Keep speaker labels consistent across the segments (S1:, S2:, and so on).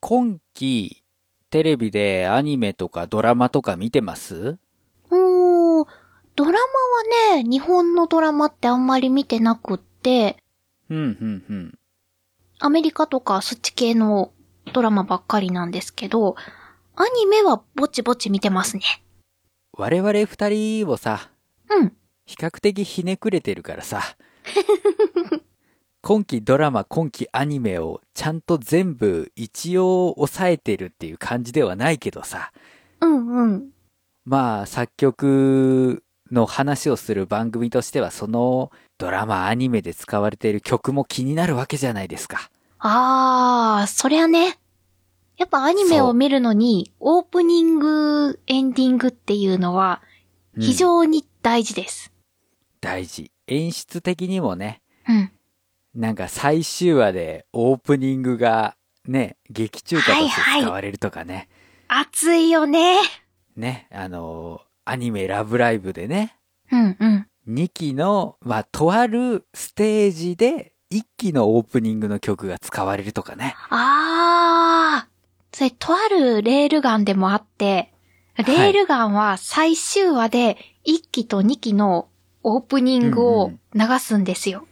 S1: 今期、テレビでアニメとかドラマとか見てます
S2: うーん、ドラマはね、日本のドラマってあんまり見てなくって、
S1: うん、うん、うん。
S2: アメリカとかそっち系のドラマばっかりなんですけど、アニメはぼちぼち見てますね。
S1: 我々二人をさ、
S2: うん。
S1: 比較的ひねくれてるから さ。今期ドラマ、今期アニメをちゃんと全部一応抑えてるっていう感じではないけどさ。
S2: うんうん。
S1: まあ、作曲の話をする番組としては、そのドラマ、アニメで使われている曲も気になるわけじゃないですか。
S2: あー、そりゃね。やっぱアニメを見るのに、オープニング、エンディングっていうのは、
S1: うん
S2: 非常に大事です。
S1: 大事。演出的にもね、
S2: うん。
S1: なんか最終話でオープニングがね、劇中歌として使われるとかね。
S2: 熱いよね。
S1: ね、あのーアニメラブライブでね、
S2: うんうん。
S1: 2期の、まあ、とあるステージで、1期のオープニングの曲が使われるとかね。
S2: あー。それ、とあるレールガンでもあって、レールガンは最終話で1期と2期のオープニング
S1: う
S2: を
S1: ん
S2: 流すんですよ。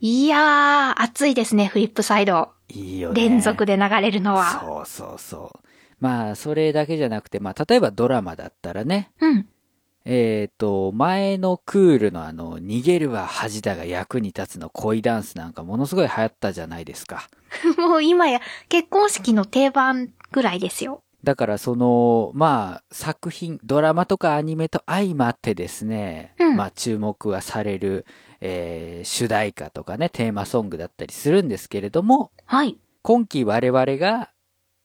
S2: いやー、熱いですね、フリップサイド。
S1: いいよね。
S2: 連続
S1: で
S2: で流れるのは。
S1: そうそうそう。まあ、それだけじゃなくて、まあ、例えばドラマだったらね、
S2: うん。
S1: えっ、と、前のクールのあの、逃げるは恥だが役に立つの恋ダンスなんかものすごい流行ったじゃないですか。
S2: もう今や結婚式の定番ぐらいですよ。
S1: だからその、まあ、作品、ドラマとかアニメと相まってですね、
S2: うん
S1: まあ注目はされる、えー主題歌とかね、テーマソングだったりするんですけれども、
S2: はい。
S1: 今期我々が、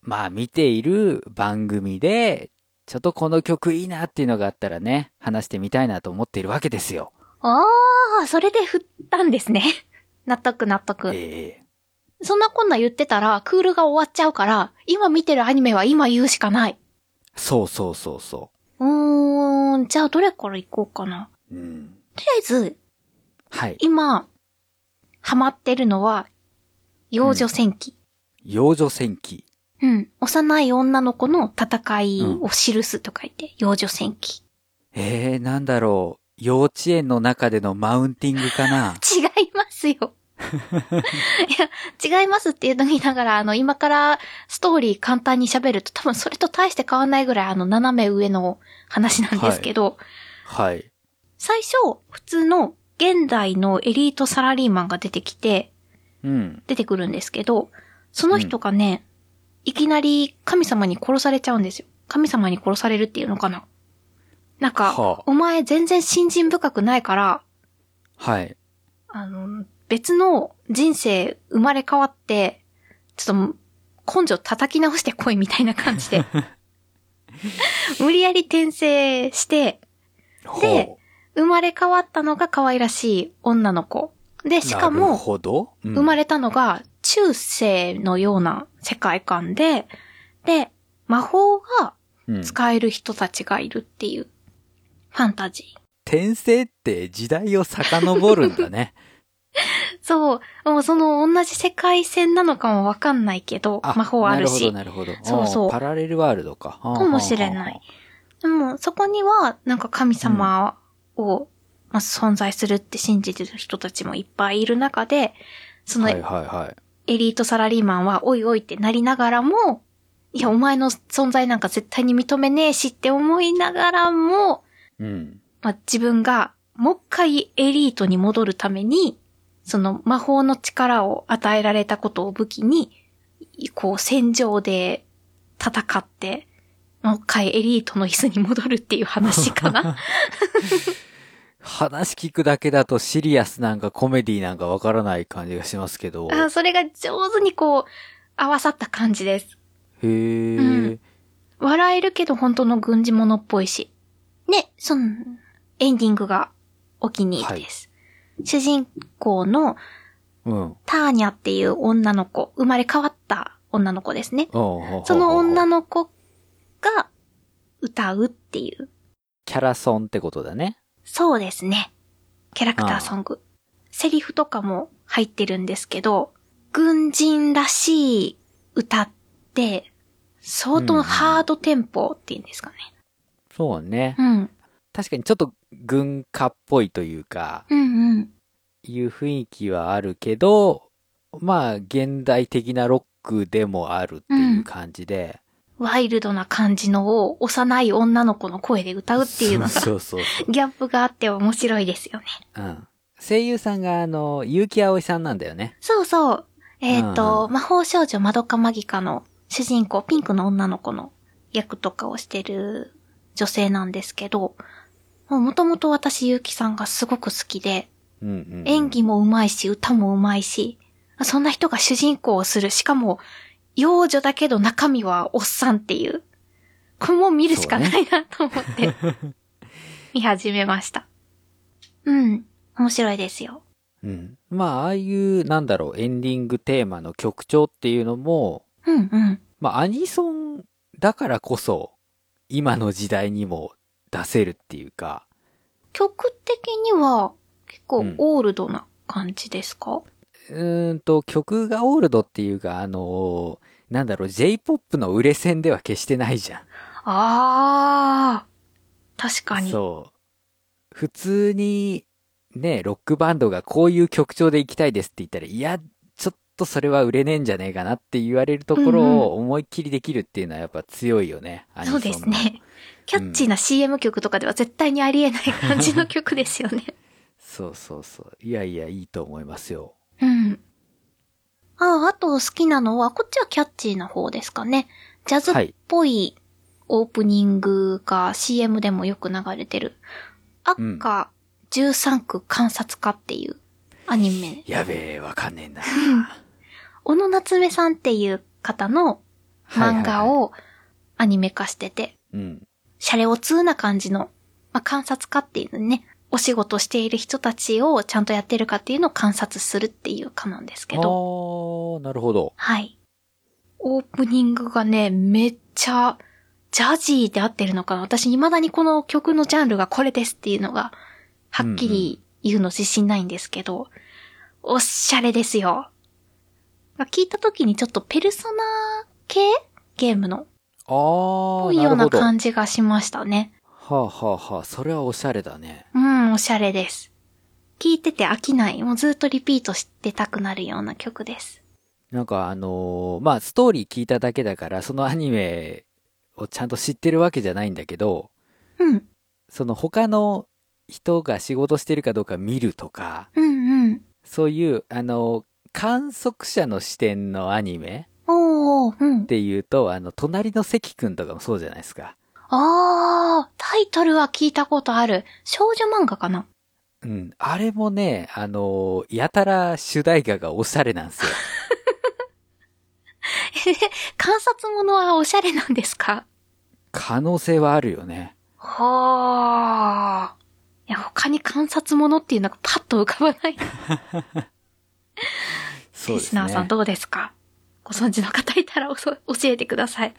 S1: まあ見ている番組で、ちょっとこの曲いいなっていうのがあったらね、話してみたいなと思っているわけですよ。
S2: ああ、それで振ったんですね。 納得納得。
S1: ええ
S2: そんなこんな言ってたら、クールが終わっちゃうから、今見てるアニメは今言うしかない。
S1: そうそうそうそう
S2: ーん、じゃあどれから行こうかな。
S1: う。うん。
S2: とりあえず、
S1: はい。
S2: 今、ハマってるのは、幼女戦記。
S1: 幼女戦記。
S2: うん、幼い女の子の戦いを記すと書いて、幼女戦記。
S1: ええなんだろう。幼稚園の中でのマウンティングかな
S2: 違います よ。いや、違いますっていうの言いながら、あの、今からストーリー簡単に喋ると、多分それと大して変わんないぐらい、あの、斜め上の話なんですけど、
S1: はい。
S2: 最初、普通の現代のエリートサラリーマンが出てきて、
S1: うん。
S2: 出てくるんですけど、その人がね、いきなり神様に殺されちゃうんですよ。神様に殺されるっていうのかな。なんか、
S1: はあ
S2: お前全然信心深くないから、
S1: はい。
S2: あの、別の人生生まれ変わって、ちょっと根性叩き直してこいみたいな感じ で。無理やり転生して、
S1: ほ
S2: 生まれ変わったのが可愛らしい女の子。で、
S1: う
S2: しか
S1: なる
S2: も、
S1: ほど。うん
S2: 生まれたのが中世のような世界観で、で、魔法が
S1: うん
S2: 使える人たちがいるっていう、ファンタジー。
S1: 転生って時代を遡るんだ ね。
S2: そう。もうその同じ世界線なのかもわかんないけど、
S1: あ
S2: 魔法あるし。
S1: なるほど、なるほど。
S2: そうそう
S1: あーパラレルワールドか。か
S2: かもしれない。でも、そこには、なんか神様を、まあ、存在するって信じてる人たちもいっぱいいる中で、その
S1: はい
S2: エ
S1: はいはい。
S2: リートサラリーマンは、おいおいってなりながらも、いや、お前の存在なんか絶対に認めねえしって思いながらも、
S1: うん。
S2: まあ、自分が、もう一回エリートに戻るために、その魔法の力を与えられたことを武器に、こう戦場で戦って、もう一回エリートの椅子に戻るっていう話かな。
S1: 話聞くだけだとシリアスなんかコメディなんかわからない感じがしますけど。
S2: あそれが上手にこう、合わさった感じです。
S1: へえ、
S2: うん笑えるけど本当の軍事ものっぽいし。ね、その、エンディングがお気に入りです。主人公の
S1: うん。
S2: ターニャっていう女の子、生まれ変わった女の子ですね。
S1: そ
S2: その女
S1: の。
S2: の子が歌うっていう。
S1: キャラソンってことだね。
S2: そうですね。キャラクターソング。セリフとかも入ってるんですけど、軍人らしい歌って、相当ハードテンポっていうんですかね。
S1: そうね。
S2: うん。
S1: 確かにちょっと軍歌っぽいというか、
S2: うんうん。
S1: いう雰囲気はあるけど、まあ、現代的なロックでもあるっていう感じで。
S2: ワイルドな感じのを幼い女の子の声で歌うっていうのが、
S1: そうそうそう
S2: ギャップがあって面白いですよね。
S1: そう。うん。声優さんが、あの、結城葵さんなんだよね。
S2: そうそう。えっ、
S1: うん
S2: と、
S1: う
S2: 魔法少女マドカマギカの主人公、ピンクの女の子の役とかをしてる女性なんですけど、もともと私、ゆうきさんがすごく好きで、
S1: うんうん、うん。
S2: 演技もうまいし、歌もうまいし、そんな人が主人公をする、しかも、幼女だけど中身はおっさんっていう。これもう見るしかないなと思って、 見始めました。うん。面白いですよ。
S1: うん。まあ、ああいう、なんだろう、エンディングテーマの曲調っていうのも、
S2: うんうん。
S1: まあ、アニソンだからこそ、今の時代にも出せるっていうか、
S2: 曲的には結
S1: う
S2: 構
S1: ん
S2: オールドな感じですか、
S1: うーんと、曲がオールドっていうか、あのーなんだろう、J-POP の売れ線では決してないじゃん。
S2: ああ。確かに。う
S1: そう。普通に、ね、ロックバンドがこういう曲調で行きたいですって言ったら、いや、ちょっとそれは売れねえんじゃねえかなって言われるところを思いっきりできるっていうのはやっぱ強いよね。アニソ
S2: そ
S1: ン
S2: う
S1: の
S2: です。ね。キャッチーな CM 曲とかでは絶対にありえない感じの曲ですよね。
S1: そうそうそう。いやいや、いいと思いますよ。
S2: うん。ああ、あと好きなのは、こっちはキャッチーな方ですかね。ジャズっぽいオープニングが CM でもよく流れてる。
S1: うん
S2: 赤13区観察家っていうアニメ。
S1: やべえ、わかんねえんだ。
S2: 小野夏目さんっていう方の漫画
S1: はいはいはい
S2: をアニメ化してて、
S1: うん。
S2: シャレオツーな感じの、まあ、観察家っていうのね、お仕事している人たちをちゃんとやってるかっていうのを観察するっていうかなんですけ
S1: あ
S2: ど、
S1: ー、なるほど。
S2: はい。オープニングがね、めっちゃ、ジャジーで合ってるのかな私未だにこの曲のジャンルがこれですっていうのが、はっきり言うの自信ないんですけど、おっしゃれですよ。まあ聞いた時にちょっとペルソナ系ゲームの、
S1: あー、
S2: ぽいよう
S1: なる
S2: な
S1: ほど。は
S2: 感じがしましたね。
S1: あ、はあはあ、それはおしゃれだね。
S2: うん、おしゃれです。聞いてて飽きない。もうずっとリピートしてたくなるような曲です。
S1: なんかあのーまあストーリー聞いただけだから、そのアニメをちゃんと知ってるわけじゃないんだけど、
S2: うん、
S1: その他の人が仕事してるかどうか見るとか、
S2: うん、うん。
S1: そういう、あのー観測者の視点のアニメ
S2: おー、うん
S1: っ。ていうと、あの、隣の関くんとかもそうじゃないですか。
S2: あー、タイトルは聞いたことある。少女漫画かな
S1: うん。あれもね、あのーやたら主題歌がおしゃれなん ですよ。
S2: 観察物はおしゃれなんですか
S1: 可能性はあるよね。
S2: はー。いや、他に観察物っていうのがパッと浮かばない。
S1: そうです
S2: リスナーさ
S1: ね
S2: ん。どうですかご存知の方いたらおそ教えてく ださい。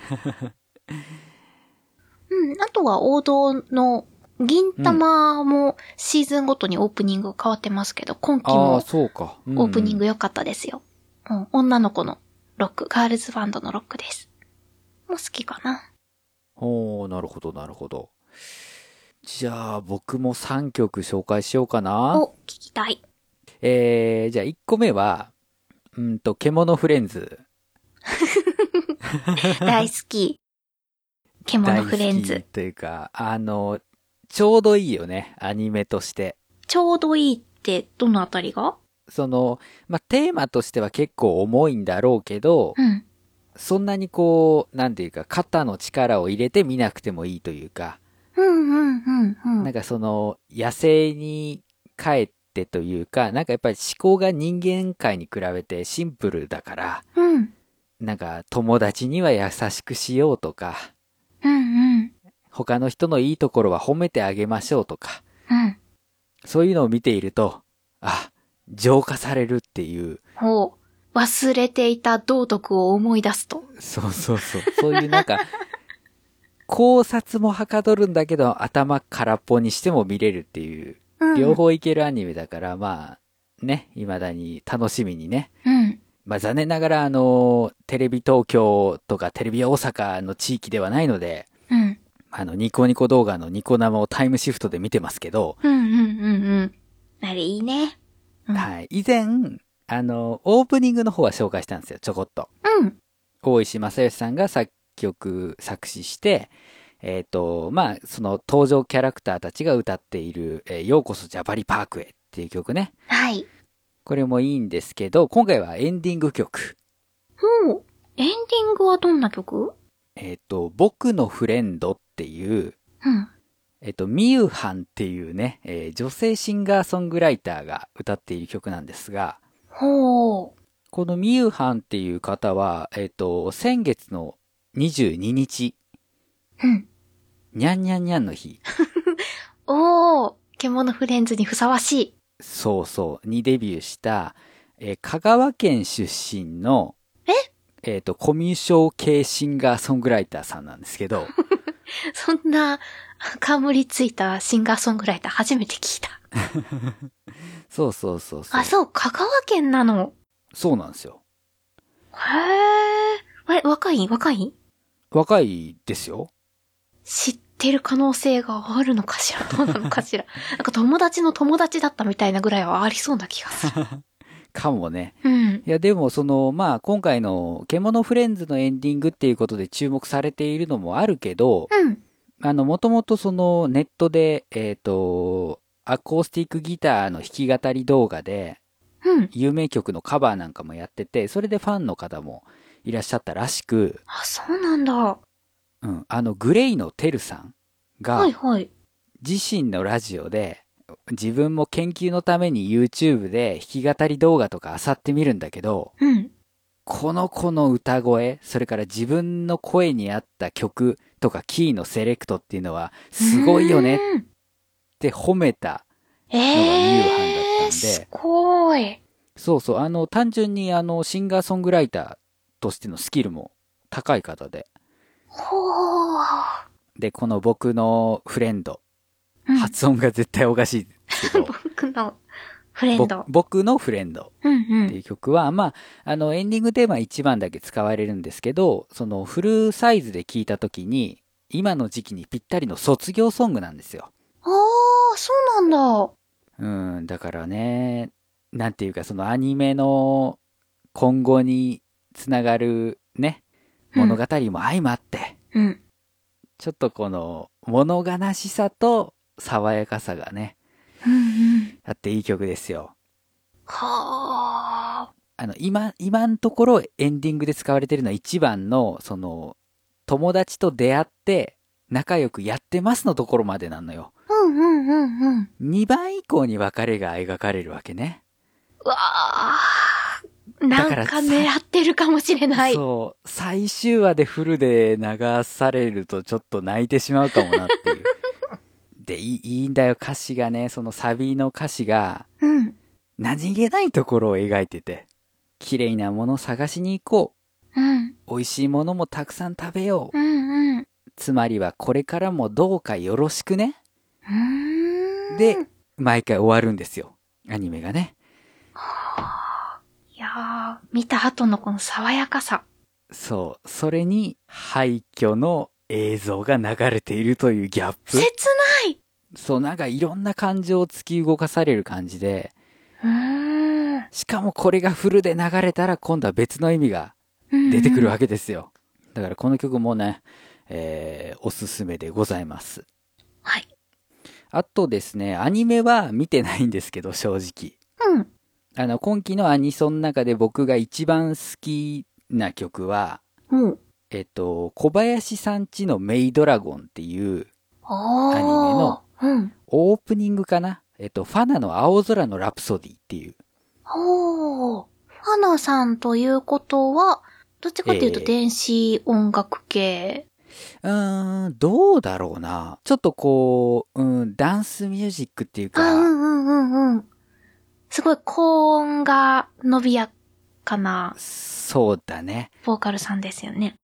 S2: うん、あとは王道の銀玉もシーズンごとにオープニング変わってますけど、今季
S1: ああ、
S2: も
S1: そうか。うんうん
S2: オープニング良かったですよ。うん、女の子のロック、ガールズバンドのロックです。もう好きかな。
S1: おー、なるほど、なるほど。じゃあ、僕も3曲紹介しようかな。
S2: お、聞きた い。
S1: えー、じゃあ1個目は、うんと、獣フレンズ。
S2: 大好き。獣フレン
S1: 大
S2: ズ
S1: 好。きというか、あの、ちょうどいいよね、アニメとして。
S2: ちょうどいいって、どのあたりが
S1: その、まあ、テーマとしては結構重いんだろうけど、
S2: うん。
S1: そんなにこう、なんていうか、肩の力を入れて見なくてもいいというか、
S2: うん、うん、うん、うん。
S1: なんかその、野生に帰ってというか、なんかやっぱり思考が人間界に比べてシンプルだから、
S2: うん、
S1: なんか友達には優しくしようとか、
S2: うん、うん。
S1: 他の人のいいところは褒めてあげましょうとか、
S2: うん。
S1: そういうのを見ていると、あ、浄化されるっていう、
S2: を忘れていた道徳を思い出すと。
S1: そうそうそう、そういうなんか、考察もはかどるんだけど、頭空っぽにしても見れるっていう、
S2: うん
S1: 両。方いけるアニメだから、まあ、ね、未だに楽しみにね、
S2: うん。
S1: まあ残念ながら、あの、テレビ東京とかテレビ大阪の地域ではないので、
S2: うん。
S1: あの、ニコニコ動画のニコ生をタイムシフトで見てますけど、
S2: うんうんうんうん。あれいいね。うん
S1: はい。以前、あの、オープニングの方は紹介したんですよ、ちょこっと。
S2: うん。
S1: 大石正義さんが作曲、作詞して、えっ、と、まあ、その登場キャラクターたちが歌っている、えーようこそジャパリパークへっていう曲ね。
S2: はい。
S1: これもいいんですけど、今回はエンディング曲。
S2: ほう。エンディングはどんな曲
S1: えっ、と、僕のフレンドっていう、
S2: うん。
S1: えっ、と、みゆはんっていうね、えー女性シンガーソングライターが歌っている曲なんですが、
S2: ほう。
S1: このみゆはんっていう方は、えっ、と、先月の22日、
S2: うん。
S1: にゃんにゃんにゃんの日、
S2: おー。獣フレンズにふさわしい。
S1: そうそう、にデビューした、えー香川県出身の、えっ、と、コミュ障系シンガーソングライターさんなんですけ ど、
S2: そんな、冠ついたシンガーソングライター初めて聞いた。
S1: そうそうそうそう。
S2: あ、そう、香川県なの。
S1: そうなんですよ。
S2: へー。あれ、若い若い
S1: 若いですよ。
S2: 知ってる可能性があるのかしらどうなのか しらなんか友達の友達だったみたいなぐらいはありそうな気が する。
S1: かもね。
S2: うん。
S1: いや、でも、その、まあ、今回の、獣フレンズのエンディングっていうことで注目されているのもあるけど、
S2: うん。
S1: あの、もともとその、ネットで、えっ、と、アコースティックギターの弾き語り動画で、
S2: うん。
S1: 有名曲のカバーなんかもやってて、それでファンの方もいらっしゃったらしく、
S2: あ、そうなんだ。は
S1: うん、あの、グレイのテルさんが
S2: い、はい。
S1: 自身のラジオで、自分も研究のために YouTube で弾き語り動画とか漁ってみるんだけど、
S2: うん。
S1: この子の歌声、それから自分の声に合った曲とかキーのセレクトっていうのは、すごいよねっ
S2: うん。
S1: て褒めた。
S2: え
S1: ミュウハンだったん
S2: え
S1: で
S2: ー、すごい。
S1: そうそう、あの、単純にあの、シンガーソングライターとしてのスキルも高い方で、
S2: ほー。
S1: で、この僕のフレンド、
S2: うん
S1: 発音が絶対おかしいです けど、
S2: 僕のフレン
S1: ぼ
S2: ド。
S1: 僕のフレンド
S2: うんう
S1: ってい
S2: ん。
S1: う曲は、まあ、あの、エンディングテーマ1番だけ使われるんですけど、そのフルサイズで聴いた時に、今の時期にぴったりの卒業ソングなんですよ。
S2: あー、そうなんだ。
S1: うん、だからね、なんていうかそのアニメの今後につながるね、
S2: うん
S1: 物語も相まって、
S2: うん。
S1: ちょっとこの物悲しさと爽やかさがね、
S2: うんうん。
S1: あっていい曲ですよ。
S2: は
S1: あの、今、今のところエンディングで使われてるのは1番の、その、友達と出会って仲良くやってますのところまでなのよ。
S2: ー。うんうんうんうん。
S1: 2番以降に別れが描かれるわけね。
S2: うわー。な
S1: だ
S2: ん
S1: から
S2: か
S1: さ
S2: 狙ってるかもしれない。
S1: そう。最終話でフルで流されるとちょっと泣いてしまうかもなって いう。で、いいいいんだよ、歌詞がね、そのサビの歌詞が、
S2: うん。
S1: 何気ないところを描いてて、綺麗なもの探しに行こ
S2: うん。
S1: う。美味しいものもたくさん食べよう。
S2: うんうん。う
S1: つまりはこれからもどうかよろしくね。
S2: ーん。
S1: で、毎回終わるんですよ。アニメがね。
S2: いやー、見た後のこの爽やかさ。
S1: そう。それに、廃墟の映像が流れているというギャップ
S2: 切。ない
S1: そう、なんかいろんな感情を突き動かされる感じで、
S2: うーん
S1: しかもこれがフルで流れたら今度は別の意味が
S2: うん。
S1: 出てくるわ
S2: け。
S1: けですよ。だからこの曲もね、えー、おすすめでございます。
S2: はい。
S1: あとですね、アニメは見てないんですけど、正直。
S2: うん。
S1: あの、今期のアニソンの中で僕が一番好きな曲は、
S2: もう。
S1: えっと、小林さんちのメイドラゴンっていう
S2: あー。
S1: アニメの。
S2: うん。
S1: オープニングかなえっと、ファナの青空のラプソディっていう
S2: ほう。ファナさんということは、どっちかというと
S1: ええ
S2: 電子音楽系。
S1: うーん、どうだろうな。ちょっとこう、うん、ダンスミュージックっていう
S2: あ、う
S1: か、
S2: んうんうんうん。すごい高音が伸びやかな
S1: そうだね。
S2: ボーカルさんですよね。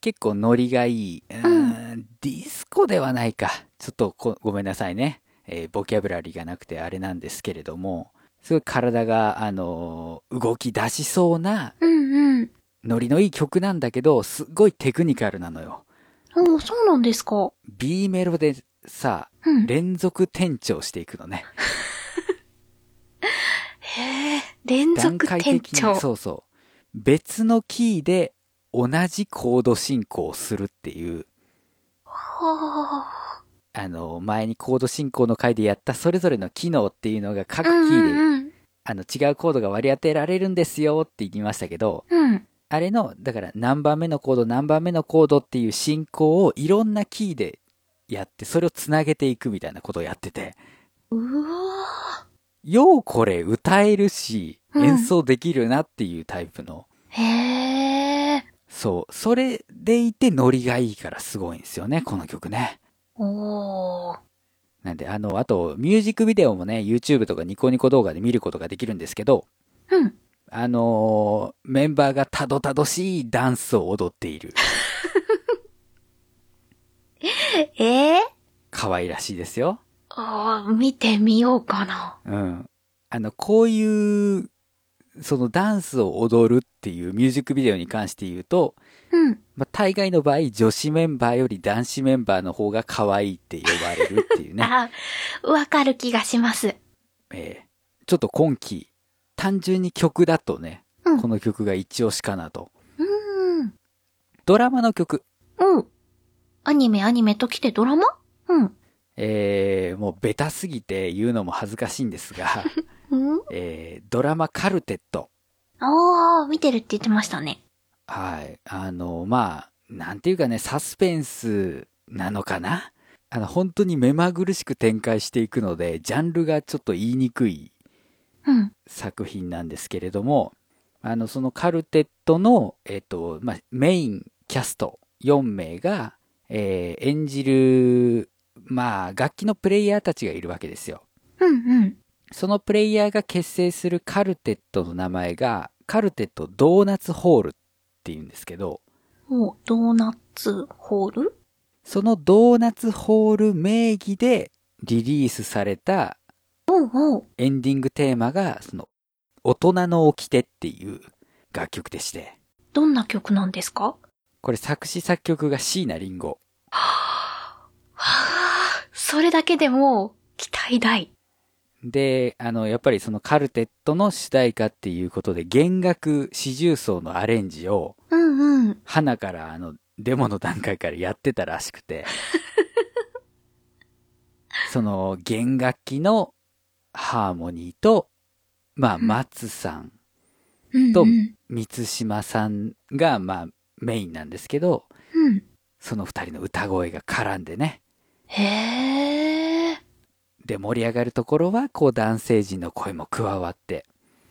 S1: 結構ノリがいい。うーん、ディスコではないか。ちょっとこごめんなさいね。えーボキャブラリーがなくてあれなんですけれども、すごい体が、あのー動き出しそうな、
S2: うんうん。
S1: ノリのいい曲なんだけど、すっごいテクニカルなのよ。
S2: おーそうなんですか。
S1: B メロでさ、
S2: うん。
S1: 連続転調していくのね。
S2: へえ、連
S1: 段
S2: 続
S1: 階
S2: 転
S1: 的に、
S2: 調。
S1: そうそう。別のキーで同じコード進行をするっていう、
S2: は
S1: あの、前にコード進行の回でやったそれぞれの機能っていうのが
S2: あ。
S1: 各
S2: う
S1: キ
S2: ん
S1: ーで、
S2: うん
S1: あの、違うコードが割り当てられるんですよって言いましたけど、
S2: うん。うん。
S1: あれの、だから何番目のコード、何番目のコードっていう進行をいろんなキーでやって、それをつなげていくみたいなことをやってて、
S2: うわ
S1: ようこれ歌えるし、
S2: うん
S1: 演奏できるなっていうタイプの、
S2: ーへえ。
S1: そう、それでいてノリがいいからすごいんですよね、この曲ね。
S2: おー。
S1: なんで、あの、あと、ミュージックビデオもね、YouTube とかニコニコ動画で見ることができるんですけど、
S2: うん。
S1: あのーメンバーがたどたどしいダンスを踊っている。
S2: ええ
S1: 可愛らしいですよ。
S2: あー見てみようかな。
S1: うん。あの、こういう、そのダンスを踊るっていうミュージックビデオに関して言うと、
S2: うん。
S1: まあ、大概の場合、女子メンバーより男子メンバーの方が可愛いって呼ばれるっていうね。
S2: あーわかる気がします。
S1: えーちょっと今季、単純に曲だとね、
S2: うん
S1: この曲が一押しかなと。
S2: うん。
S1: ドラマの曲、
S2: うん。アニメ、アニメと来てドラマうん。
S1: えーもうベタすぎて言うのも恥ずかしいんです が、
S2: うん
S1: えードラマカルテット。
S2: ああ、見てるって言ってましたね。
S1: はい。あの、まあ、なんていうかね、サスペンスなのかなあの、本当に目まぐるしく展開していくので、ジャンルがちょっと言いにくい
S2: うん。
S1: 作品なんですけれども、あの、そのカルテットの、えっと、まあ、メインキャスト4名が、えー演じる、まあ、楽器のプレイヤーたちがいるわけですよ。
S2: うんうん。
S1: そのプレイヤーが結成するカルテットの名前が、カルテットドーナツホールっていうんですけど、
S2: おうドーナツホール
S1: そのドーナツホール名義でリリースされた
S2: おうおう。
S1: エンディングテーマが、その、大人の掟っていう楽曲でして、
S2: どんな曲なんですかは
S1: これ作詞作曲が椎名林檎。
S2: あ、それだけでもう期待大。
S1: で、あの、やっぱりそのカルテットの主題歌っていうことで、弦楽四重奏のアレンジを、
S2: うんうん。
S1: 花からあの、デモの段階からやってたらしく て、その弦楽器のハーモニーと、まあ、
S2: うん
S1: 松さん、
S2: うん
S1: と
S2: うん。
S1: 満島さんが、まあ、メインなんですけど、
S2: うん。
S1: その二人の歌声が絡んでね。
S2: へえ。
S1: で、盛り上がるところは、こう、男性陣の声も加わって。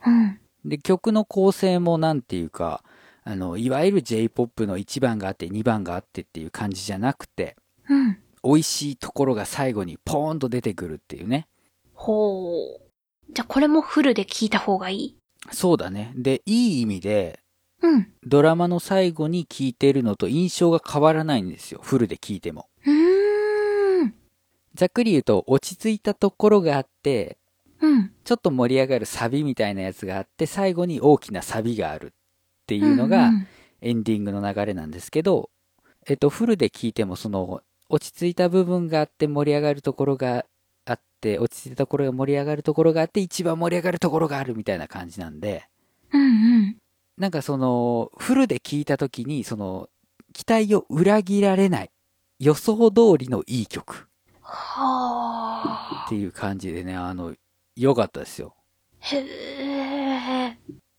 S2: うん。
S1: で、曲の構成もなんていうか、あの、いわゆる J-POP の1番があって2番があってっていう感じじゃなくて、
S2: うん。
S1: 美味しいところが最後にポーンと出てくるっていうね。
S2: ほう。じゃあこれもフルで聞いた方がいい。
S1: そうだね。で、いい意味で、
S2: うん。
S1: ドラマの最後に聴いてるのと印象が変わらないんですよ。フルで聴いても。
S2: うーん。
S1: ざっくり言うと、落ち着いたところがあって、
S2: うん。
S1: ちょっと盛り上がるサビみたいなやつがあって、最後に大きなサビがあるって
S2: て
S1: いうのが、エンディングの流れなんですけど、えっと、フルで聞いてもその落ち着いた部分があって盛り上がるところがあって落ち着いたところが盛り上がるところがあって一番盛り上がるところがあるみたいな感じなんで
S2: うんうん。
S1: なんかそのフルで聞いた時にその期待を裏切られない予想通りのいい曲
S2: は
S1: っ
S2: あ。
S1: ていう感じでねあの良かったですよ
S2: へえ。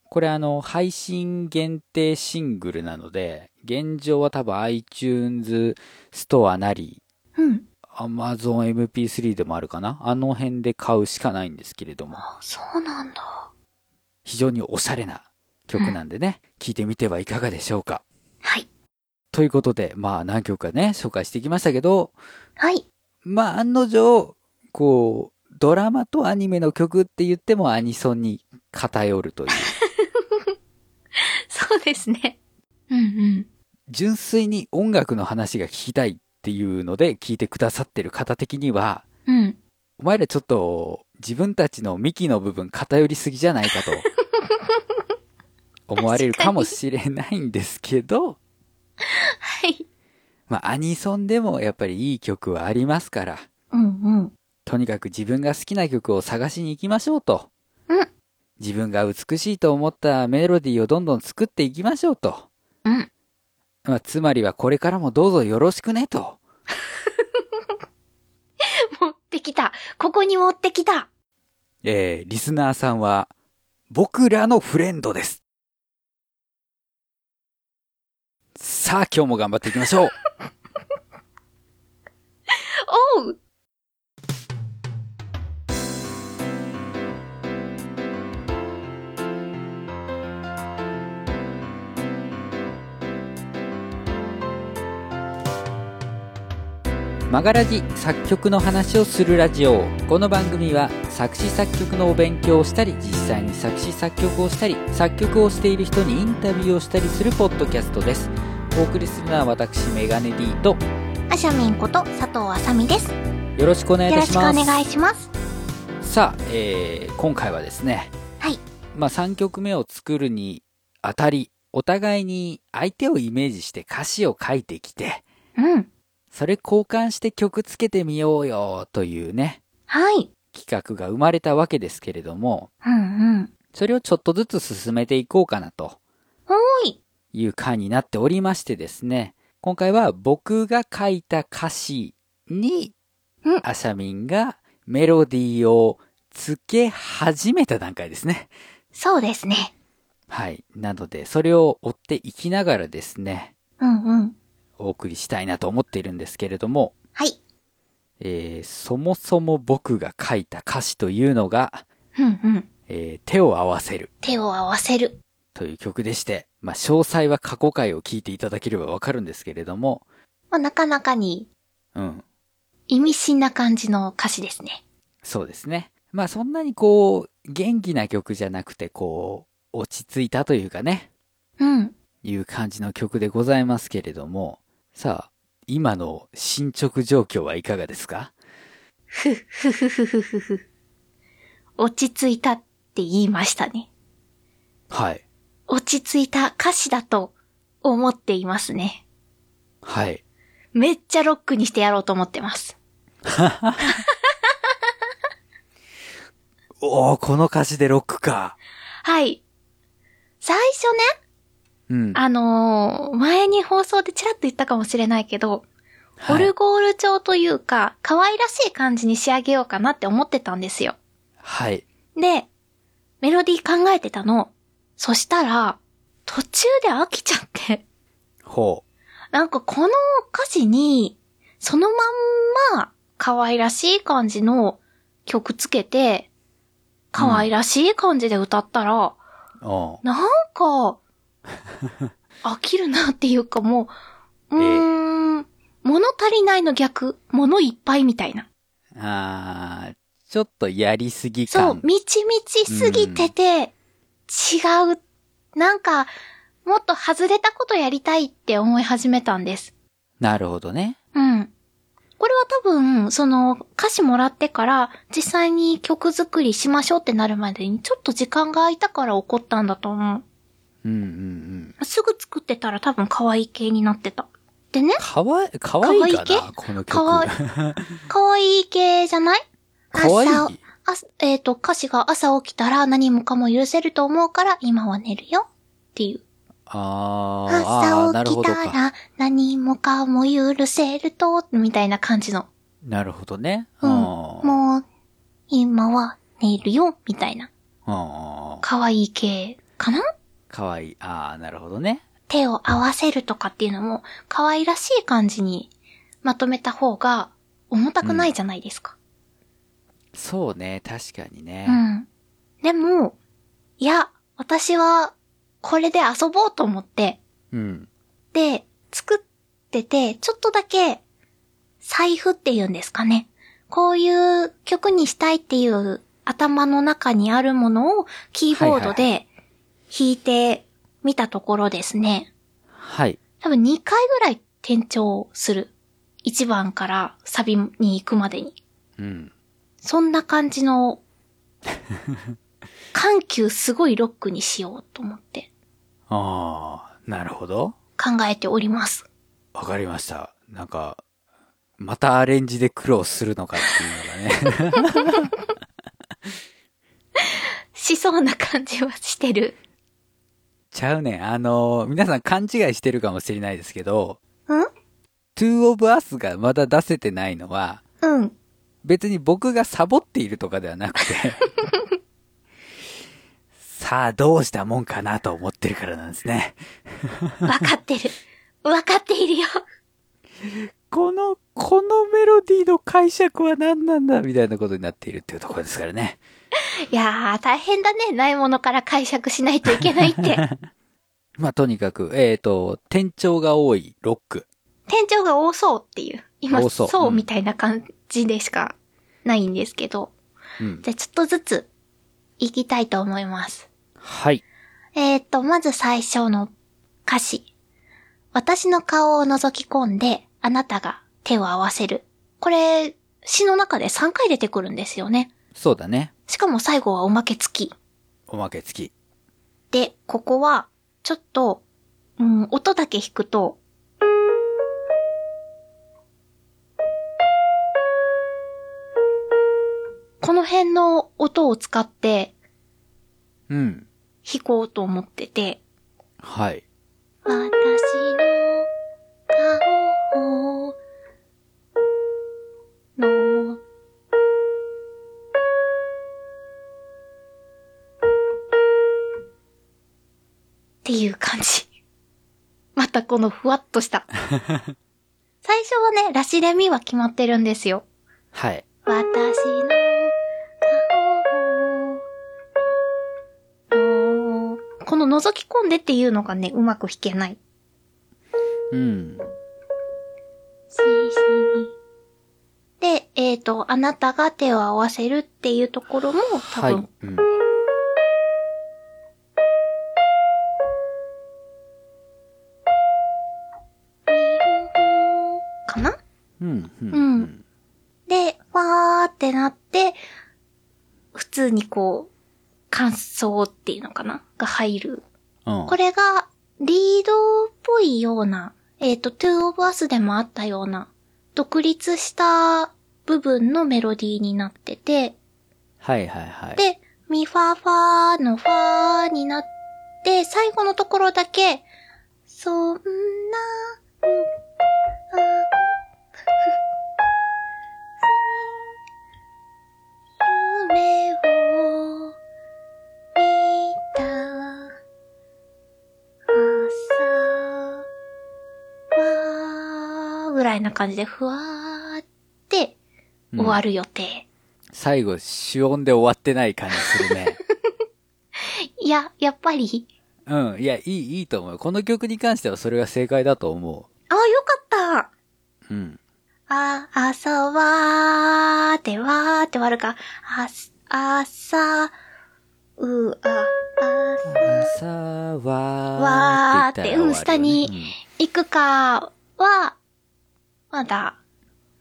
S1: これあの配信限定シングルなので現状は多分 iTunes ストアなり
S2: うん。
S1: Amazon MP3 でもあるかなあの辺で買うしかないんですけれども、
S2: あそうなんだ。
S1: 非常におしゃれな曲なんでね、聴いてみてはいかがでしょうか。
S2: はい。
S1: ということで、まあ何曲かね、紹介してきましたけど、
S2: はい。
S1: まあ案の定、こう、ドラマとアニメの曲って言ってもアニソンに偏るという、
S2: そうですね。うんうん。
S1: 純粋に音楽の話が聞きたいっていうので聞いてくださってる方的には、
S2: うん。
S1: お前らちょっと自分たちの幹の部分偏りすぎじゃない かと思われるかもしれないんですけど、
S2: はい。
S1: まあアニソンでもやっぱりいい曲はありますから、
S2: うんうん。
S1: とにかく自分が好きな曲を探しに行きましょうと。
S2: うん
S1: 自分が美しいと思ったメロディーをどんどん作っていきましょうと。
S2: うん。
S1: まあ、つまりはこれからもどうぞよろしくねと。
S2: 持ってきた。ここに持ってきた。
S1: えー、リスナーさんは、僕らのフレンドです。さあ、今日も頑張っていきまし ょう。
S2: おう
S1: マガラジ作曲の話をするラジオこの番組は作詞作曲のお勉強をしたり実際に作詞作曲をしたり作曲をしている人にインタビューをしたりするポッドキャストですお送りするのは私メガネ D と
S2: あしゃみんこと佐藤あさみです。よ
S1: よろしくお願いいた
S2: ろ
S1: し
S2: しくお
S1: ます
S2: 願いします。
S1: さあ、えー今回はですね
S2: はい
S1: まあ3曲目を作るにあたりお互いに相手をイメージして歌詞を書いてきて
S2: うん。
S1: それ交換して曲つけてみようよというね
S2: はい。
S1: 企画が生まれたわけですけれども、
S2: うんうん。
S1: それをちょっとずつ進めていこうかなと
S2: ほーい。
S1: いう回になっておりましてですね、今回は僕が書いた歌詞に
S2: うん、
S1: アシャミンがメロディーをつけ始めた段階ですね。
S2: そうですね。
S1: はい。なので、それを追っていきながらですね、
S2: うんうん。
S1: お送りしたいなと思っているんですけれども、
S2: はい。
S1: えーそもそも僕が書いた歌詞というのが、
S2: うんうん。
S1: えー手を合わせる
S2: 手を合わせる。
S1: という曲でして、まあ、詳細は過去回を聞いていただければわかるんですけれども、
S2: まあ、なかなかに
S1: うん。
S2: 意味深な感じの歌詞ですね。
S1: そうですね。まあそんなにこう、元気な曲じゃなくて、こう、落ち着いたというかね、
S2: うん。
S1: いう感じの曲でございますけれども、さあ、今の進捗状況はいかがですか
S2: ふ、ふふふふふふ。落ち着いたって言いましたね。
S1: はい。
S2: 落ち着いた歌詞だと思っていますね。
S1: はい。
S2: めっちゃロックにしてやろうと思ってます。
S1: おおこの歌詞でロックか。
S2: はい。最初ね、
S1: うん。
S2: あのー前に放送でちらっと言ったかもしれないけど、オ
S1: はい
S2: ルゴール調というか、可愛らしい感じに仕上げようかなって思ってたんですよ。
S1: はい。
S2: で、メロディー考えてたの。そしたら、途中で飽きちゃって。
S1: ほ
S2: なんかこの歌詞に、そのまんま、可愛らしい感じの曲つけて、可愛らしい感じで歌ったら、
S1: う。お
S2: なんか、飽きるなっていうかもう、うーん、物足りないの逆、物いっぱいみたいな。
S1: んあー、ちょっとやりすぎ
S2: そう、
S1: 感。
S2: みちみちすぎてて、違う、なんか、もっと外れたことやりたいって思い始めたんです。
S1: なるほどね。
S2: うん。これは多分、その、歌詞もらってから、実際に曲作りしましょうってなるまでに、ちょっと時間が空いたから起こったんだと思
S1: うんうんうん。
S2: う。すぐ作ってたら多分可愛い系になってた。でね、
S1: かわい、かわいいか
S2: かわ
S1: なこの曲。
S2: かわい 可愛い系じゃない
S1: かわいい
S2: 朝、あえっ、と、歌詞が朝起きたら何もかも許せると思うから、今は寝るよ。っていう。
S1: あーあー、
S2: 朝
S1: なる
S2: 起
S1: ほ
S2: き
S1: ど
S2: た
S1: か。
S2: ら何もかも許せると、みたいな感じの。
S1: なるほどね。
S2: うん。
S1: うん
S2: もう、今は寝るよ、みたいな。
S1: うん
S2: 可愛い系かな
S1: かわいい。ああ、なるほどね。
S2: 手を合わせるとかっていうのも、可愛らしい感じにまとめた方が重たくないじゃないですか。
S1: そうね、確かに
S2: う
S1: ね。
S2: ん。でも、いや、私は、これで遊ぼうと思って、
S1: うん。
S2: で、作ってて、ちょっとだけ、財布っていうんですかね。こういう曲にしたいっていう頭の中にあるものをキーボード
S1: は
S2: で弾いてみたところですね。
S1: はい。
S2: 多分2回ぐらい転調する。1番からサビに行くまでに。
S1: うん。
S2: そんな感 じの、緩急すごいロックにしようと思って
S1: ああ、なるほど。
S2: 考えております。
S1: わかりました。なんか、またアレンジで苦労するのかっていうのがね。
S2: しそうな感じはしてる。
S1: ちゃうね。あの、皆さん勘違いしてるかもしれないですけど、
S2: ん
S1: ?2 of Us がまだ出せてないのは、
S2: うん。
S1: 別に僕がサボっているとかではなくて、さあどうしたもんかなと思ってるからなんですね。
S2: わかってる。わかっているよ。
S1: この、このメロディーの解釈は何なんだみたいなことになっているっていうところですからね。
S2: いやー、大変だね。ないものから解釈しないといけない って。
S1: まあ、とにかく、えっ、と、転調が多いロック。
S2: 店長が多そうっていう。今、
S1: 多
S2: そ
S1: そうう
S2: みたいな感じでしかないんですけど。
S1: うん。
S2: じゃあちょっとずつ、行きたいと思います。
S1: はい。
S2: えー、と、まず最初の歌詞。私の顔を覗き込んで、あなたが手を合わせる。これ、詩の中で3回出てくるんですよね。
S1: そうだね。
S2: しかも最後はおまけ付き。
S1: おまけ付き。
S2: で、ここは、ちょっと、うん、音だけ弾くと、この辺の音を使って
S1: うん。
S2: 弾こうと思ってて、
S1: はい。
S2: 私の顔の、っていう感じ。またこのふわっとした。最初はね、ラシレミは決まってるんですよ。
S1: はい。
S2: 私の顔の、この覗き込んでっていうのがね、うまく弾けない。
S1: うん。
S2: で、えっ、と、あなたが手を合わせるっていうところも、多
S1: はい。
S2: 分、
S1: うん。
S2: かな
S1: うん。うん。
S2: うん
S1: うん
S2: で、わーってなって、普通にこう、感想っていうのかなが入る。
S1: うん。
S2: これが、リードっぽいような、えっ、と、2 of us でもあったような、独立した部分のメロディーになってて、
S1: はいはいはい。
S2: で、ミファファのファになって、最後のところだけ、そんな、うんあ夢を見た朝は、ぐらいな感じで、ふわーって終わ
S1: る。
S2: る予定。
S1: 最後、主音で終わってない感じする ね。
S2: いや、やっぱり、
S1: うん。いや、いい、いいと思う。この曲に関してはそれが正解だと思
S2: ああ、よかった
S1: う。うん。
S2: あ、朝はーってわーって割るか。あ、朝、う、あ、
S1: 朝は
S2: わーってうん下に。行くかは、まだ、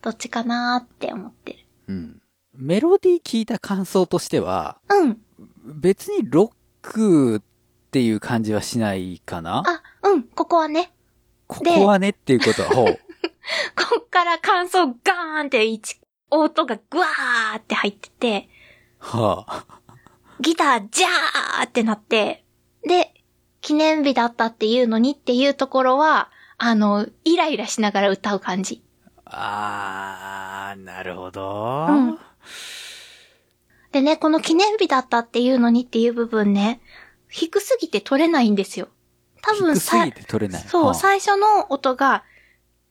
S2: どっちかなーって思ってる。
S1: うんうん。メロディー聞いた感想としては、
S2: うん。
S1: 別にロックっていう感じはしないかな
S2: あ、うん、ここはね。
S1: ここはねっていうことは、ほう。
S2: こっから感想ガーンって一、音がグワーって入ってて、
S1: はあ。
S2: ギタージャーってなって、で、記念日だったっていうのにっていうところは、あの、イライラしながら歌う感じ。
S1: あー、なるほど。
S2: うんでね、この記念日だったっていうのにっていう部分ね、低すぎて取れないんですよ。多分
S1: 低す
S2: さ
S1: ぎ、て取れない。
S2: そう、
S1: はあ
S2: 最初の音が、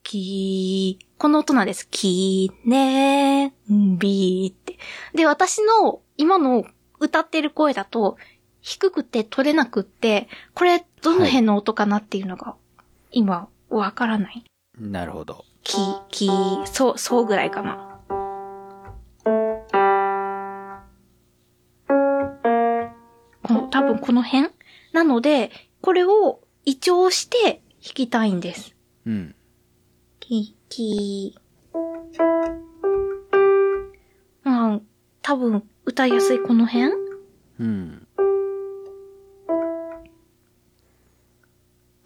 S2: きー、この音なんです。きーねー、びーって。で、私の今の歌ってる声だと、低くて取れなくって、これどの辺の音かなっていうのが、今、わからない。
S1: なるほど。
S2: き、き、そう、そうぐらいかな。この、多分この辺なので、これを移調して弾きたいんです。
S1: うん。
S2: き、き。うん、多分歌いやすいこの辺
S1: うん。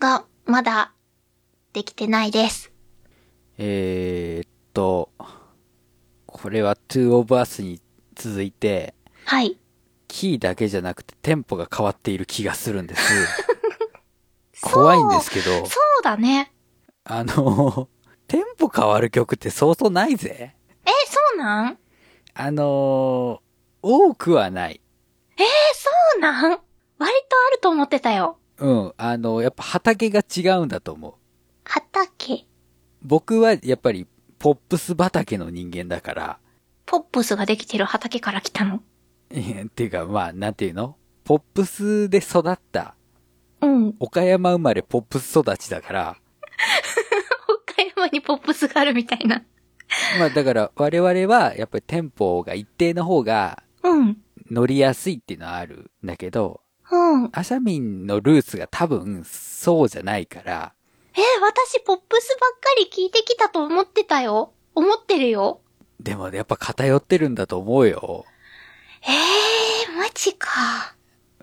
S2: が、まだ、できてないです。
S1: えー、っと、これは Two of Us に続いて、
S2: はい。
S1: キーだけじゃなくてテンポが変わっている気がするん です。怖いんですけど、
S2: そうだね。
S1: あの、テンポ変わる曲ってそうそうないぜ。
S2: え、そうなんえ、
S1: あの、多くはない。
S2: そうなん割とあると思ってたよ。
S1: うん。あの、やっぱ畑が違うんだと思う。
S2: 畑。
S1: 僕はやっぱりポップス畑の人間だから、
S2: ポップスができてる畑から来たの。
S1: っていうかまあ、なんていうのポップスで育った、
S2: うん。
S1: 岡山生まれポップス育ちだから、
S2: 北海道にポップスがあるみたいな。
S1: まあだから我々はやっぱりテンポが一定の方が
S2: うん。
S1: 乗りやすいっていうのはあるんだけど、
S2: うん。
S1: アシャミンのルーツが多分そうじゃないから、
S2: え、私、ポップスばっかり聞いてきたと思ってたよ。思ってるよ。
S1: でもやっぱ偏ってるんだと思うよ。
S2: ええー、マジか。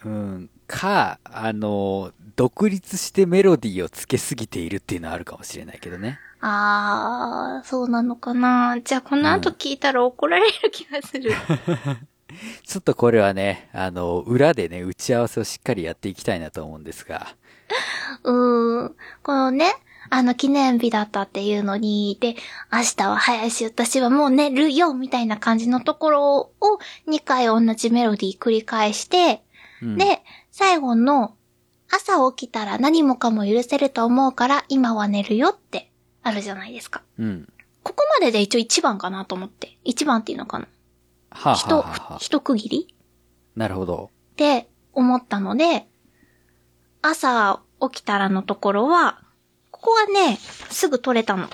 S1: うん。か、あの、独立してメロディーをつけすぎているっていうのはあるかもしれないけどね。
S2: あー、そうなのかな。じゃあ、この後
S1: うん
S2: 聞いたら怒られる気がする。
S1: ちょっとこれはね、あの、裏でね、打ち合わせをしっかりやっていきたいなと思うんですが。
S2: うーん。このね、あの、記念日だったっていうのに、で、明日は早いし、私はもう寝るよ、みたいな感じのところを、2回同じメロディー繰り返して、
S1: うん、
S2: で、最後の、朝起きたら何もかも許せると思うから、今は寝るよって、あるじゃないですか。
S1: うん。
S2: ここまでで一応一番かなと思って。一番っていうのかな
S1: はあ、は
S2: ひ
S1: あ
S2: と
S1: はあはあ、
S2: 一区切り
S1: なるほど。
S2: って思ったので、朝起きたらのところは、ここはね、すぐ取れたの。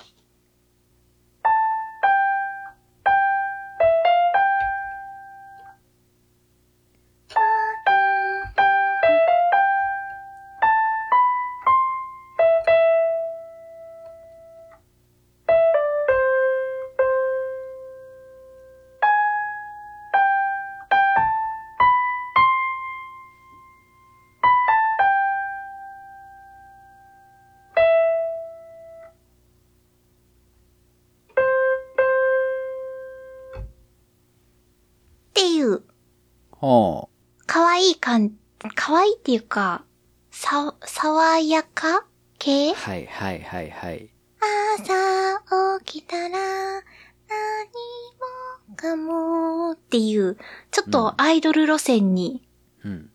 S2: っていう、
S1: ほう。
S2: 可愛い感、可愛いっていうか、さ、爽やか系
S1: はいはいはいはい。
S2: 朝起きたら、何もかもっていう、ちょっとアイドル路線に
S1: うん。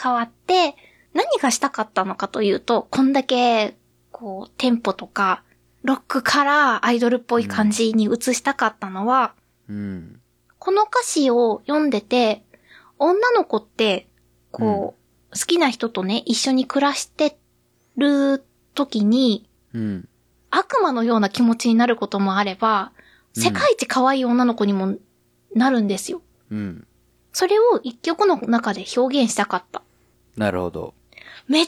S2: 変わって、何がしたかったのかというと、こんだけ、こう、テンポとか、ロックからアイドルっぽい感じに移したかったのは、
S1: うん。
S2: この歌詞を読んでて、女の子って、こう、好きな人とね、一緒に暮らしてる時に、
S1: うん。
S2: 悪魔のような気持ちになることもあれば、
S1: うん
S2: 世界一可愛い女の子にもなるんですよ。
S1: うん。
S2: それを一曲の中で表現したかった。
S1: なるほど。
S2: めっ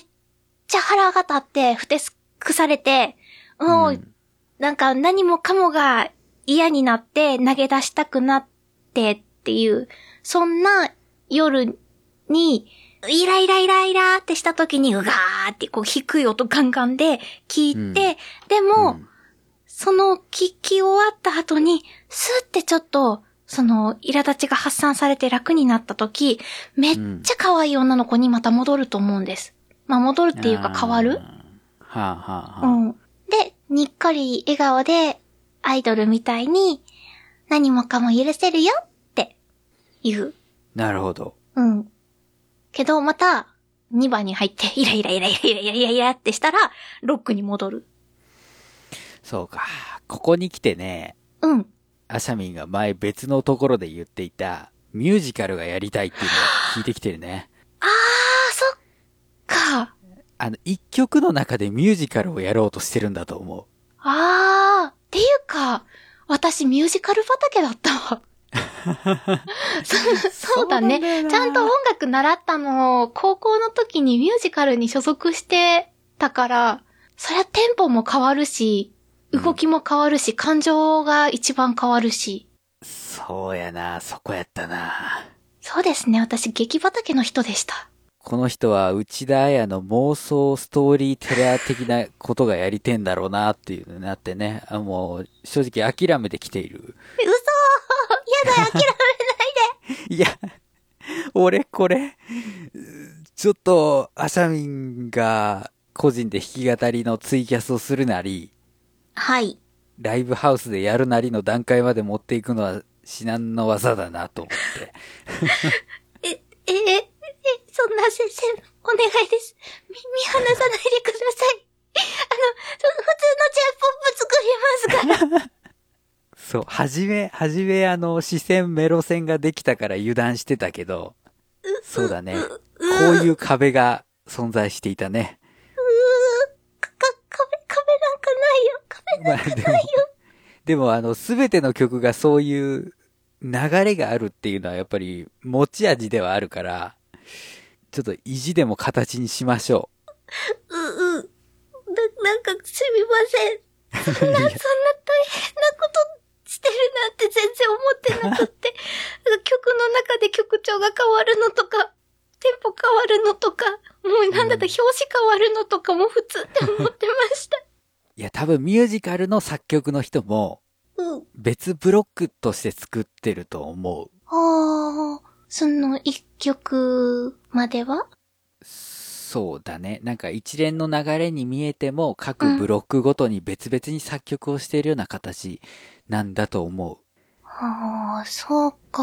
S2: ちゃ腹が立って、ふてすくされて、もう、
S1: うん
S2: なんか何もかもが嫌になって投げ出したくなってっていう、そんな夜に、イライライライラってした時に、うがーってこう低い音ガンガンで聞いて、
S1: うん
S2: でも、その聞き終わった後に、スーってちょっと、その、苛立ちが発散されて楽になった時、めっちゃ可愛い女の子にまた戻ると思うんです。まあ戻るっていうか変わる
S1: あーはあはあ
S2: う
S1: はあ。
S2: ん。で、にっこり笑顔で、アイドルみたいに、何もかも許せるよって、言う。
S1: なるほど。
S2: うん。けど、また、2番に入って、イライライライライライライライラってしたら、ロックに戻る。
S1: そうか。ここに来てね、
S2: うん。
S1: アシャミンが前別のところで言っていた、ミュージカルがやりたいっていうのを聞いてきてるね。
S2: か。
S1: あの、一曲の中でミュージカルをやろうとしてるんだと思う。
S2: あー、っていうか、私ミュージカル畑だった わ。そそうだね。ちゃんと音楽習ったの、高校の時にミュージカルに所属してたから、そりゃテンポも変わるし、動きも変わるし、感情が一番変わるし。
S1: そうやな、そこやったな。
S2: そうですね。私、劇畑の人でした。
S1: この人は内田彩の妄想ストーリーテラー的なことがやりてんだろうなっていうのになってね、あもう正直諦めてきている。
S2: え嘘やだ、諦めない
S1: いや、俺これ、ちょっとアシャミンが個人で弾き語りのツイキャスをするなり、
S2: はい。
S1: ライブハウスでやるなりの段階まで持っていくのは至難の技だなと思って。
S2: え、え、え、え、そんな先生、お願いです。み、見放さないでください。あの、そ普通の J-POP 作りますから。
S1: そう、はじめ、はじめあの、視線、メロ線ができたから油断してたけど、そうだね。こういう壁が存在していたね。
S2: か、か、壁、壁なんかないよ。壁
S1: まあでも、でもあの、すべての曲がそういう流れがあるっていうのはやっぱり持ち味ではあるから、ちょっと意地でも形にしましょ
S2: う、う、な、なんかすみ
S1: う。
S2: ません。そんな大変なことしてるなんて全然思ってなく って。曲の中で曲調が変わるのとか、テンポ変わるのとか、もうなんだったら表紙変わるのとかも普通って思ってました。
S1: いや、多分ミュージカルの作曲の人も
S2: うん。
S1: 別ブロックとして作ってると思う。
S2: ああ、その一曲までは
S1: そうだね。なんか一連の流れに見えても各ブロックごとに別々に作曲をしているような形なんだと思
S2: ああ、そうか。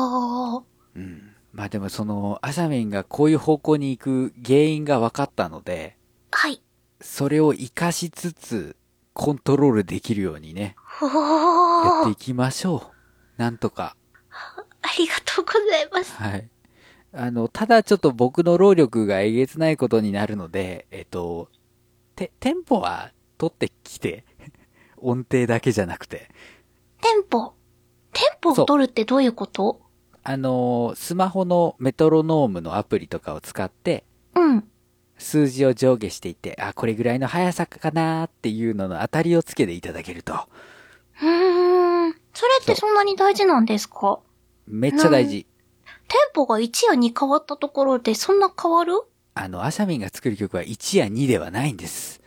S1: う。うん。まあでもその、アシャミンがこういう方向に行く原因が分かったので、
S2: はい。
S1: それを活かしつつコントロールできるようにね、
S2: ほ
S1: やって
S2: ー
S1: いきましょう。なんとか。
S2: ありがとうございます。
S1: はい。あの、ただちょっと僕の労力がえげつないことになるので、えっと、て、テンポは取ってきて、 音程だけじゃなくて。
S2: テンポ。テンポを取るってどういうこと
S1: あのー、スマホのメトロノームのアプリとかを使って、
S2: うん。
S1: 数字を上下していって、あ、これぐらいの速さかなーっていうのの当たりをつけていただけると、
S2: うーん。それってそんなに大事なんですか
S1: めっちゃ大事。
S2: テンポが1や2変わったところでそんな変わる
S1: あの、アシャミンが作る曲は1や2ではないんです。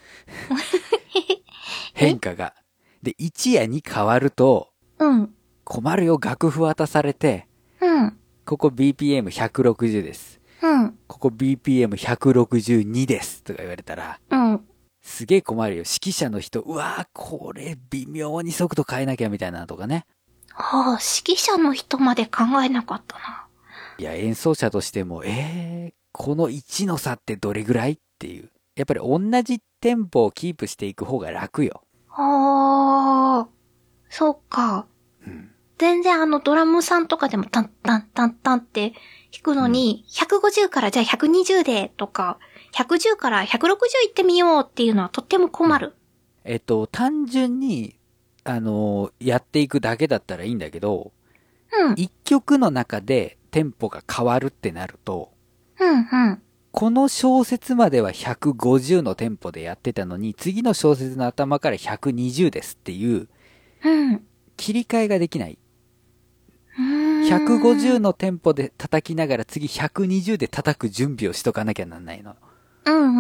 S1: 変化が。で、1や2変わると、
S2: うん。
S1: 困るよ、楽譜渡されて、
S2: うん。
S1: ここ BPM160 です。
S2: うん。
S1: ここ BPM162 です。とか言われたら、
S2: うん。
S1: すげえ困るよ。指揮者の人、うわーこれ微妙に速度変えなきゃみたいなのとかね。
S2: ああ、指揮者の人まで考えなかったな。
S1: いや、演奏者としても、えー、この1の差ってどれぐらいっていう。やっぱり同じテンポをキープしていく方が楽よ。
S2: ああ、そうか。
S1: うん。
S2: 全然あのドラムさんとかでもタンタンタンタンって弾くのに、150からじゃあ120でとか、110から160行ってみようっていうのはとっても困る。
S1: えっと、単純に、あのーやっていくだけだったらいいんだけど、
S2: うん、
S1: 1曲の中でテンポが変わるってなると、
S2: うん、うん。
S1: この小説までは150のテンポでやってたのに、次の小説の頭から120ですっていう、
S2: うん。う
S1: 切り替えができない。
S2: ーん
S1: 150のテンポで叩きながら次120で叩く準備をしとかなきゃなんないの。
S2: うん、うん、う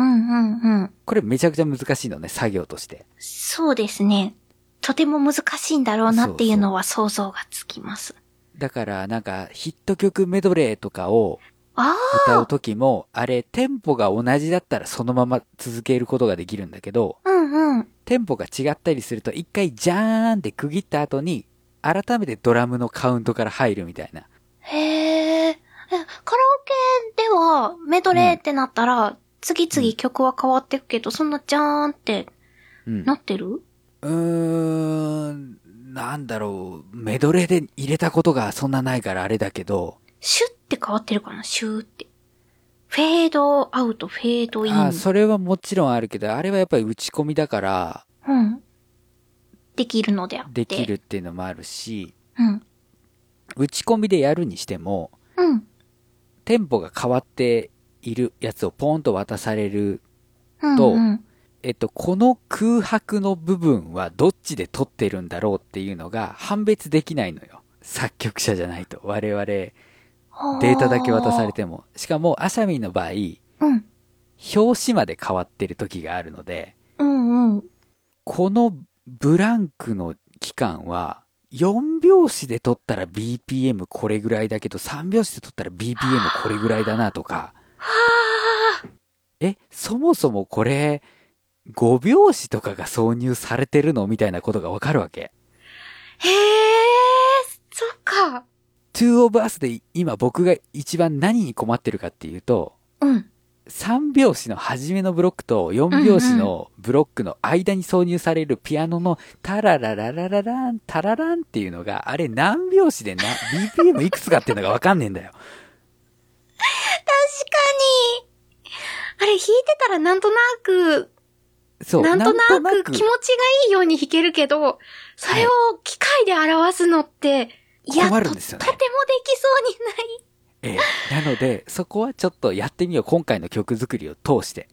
S2: ん、うん。
S1: これめちゃくちゃ難しいのね、作業として。
S2: そうですね。とても難しいんだろうなっていうのは想像がつきます。
S1: だからなんかヒット曲メドレーとかを
S2: あ
S1: 歌う
S2: あ、
S1: 時も、あれテンポが同じだったらそのまま続けることができるんだけど、
S2: うん、うん。
S1: テンポが違ったりすると一回ジャーンって区切った後に、改めてドラムのカウントから入るみたいな。
S2: へーえ。カラオケではメドレーってなったら、次々曲は変わってくけど、そんなジャーンって
S1: うん。
S2: なってる
S1: うーん、なんだろう、メドレーで入れたことがそんなないからあれだけど、
S2: シュって変わってるかなシューって。フェードアウト、フェードイン。
S1: あそれはもちろんあるけど、あれはやっぱり打ち込みだから、
S2: うん。できるのであって。
S1: できるっ。ていうのもあるし、
S2: うん。
S1: 打ち込みでやるにしても、
S2: うん。
S1: テンポが変わっているやつをポンと渡される、
S2: うん。
S1: と
S2: うん。
S1: えっと、この空白の部分はどっちで取ってるんだろうっていうのが判別できないのよ。作曲者じゃないと。我々、デ
S2: ほう
S1: ータだけ渡され。ても。しかも、アシャミンの場合、
S2: うん。
S1: 表紙まで変わってる時があるので、
S2: うんうん。
S1: このブランクの期間は、4拍子で撮ったら BPM これぐらいだけど、3拍子で撮ったら BPM これぐらいだなとか、
S2: はあ。
S1: え、そもそもこれ、5拍子とかが挿入されてるのみたいなことがわかるわけ。
S2: へえ、そっか。
S1: 2 of us で今僕が一番何に困ってるかっていうと、
S2: うん。
S1: 3拍子の初めのブロックと4拍子のブロックの間に挿入されるピアノのタララララララン、タラランっていうのが、あれ何拍子でな、BPM いくつかっていうのがわかんねえんだよ。
S2: 確かに。あれ弾いてたらなんとなく、
S1: そう。
S2: なんとなく気持ちが
S1: ち
S2: いいように弾けるけど、それを機械で表すのって、い、や、
S1: 困
S2: と
S1: るん
S2: と
S1: です
S2: て
S1: よ
S2: も
S1: ね
S2: できそうにな
S1: え
S2: い。
S1: えなので、そこはちょっとやってみよう。今回の曲作りを通して。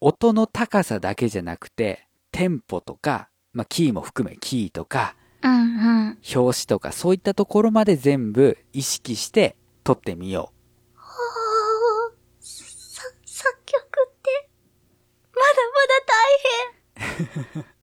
S1: 音の高さだけじゃなくて、テンポとか、まあ、キーも含め、キーとか、
S2: うんうん。
S1: 表紙とか、そういったところまで全部意識して撮ってみよ
S2: ほーさ、作曲って、まだまだ大変。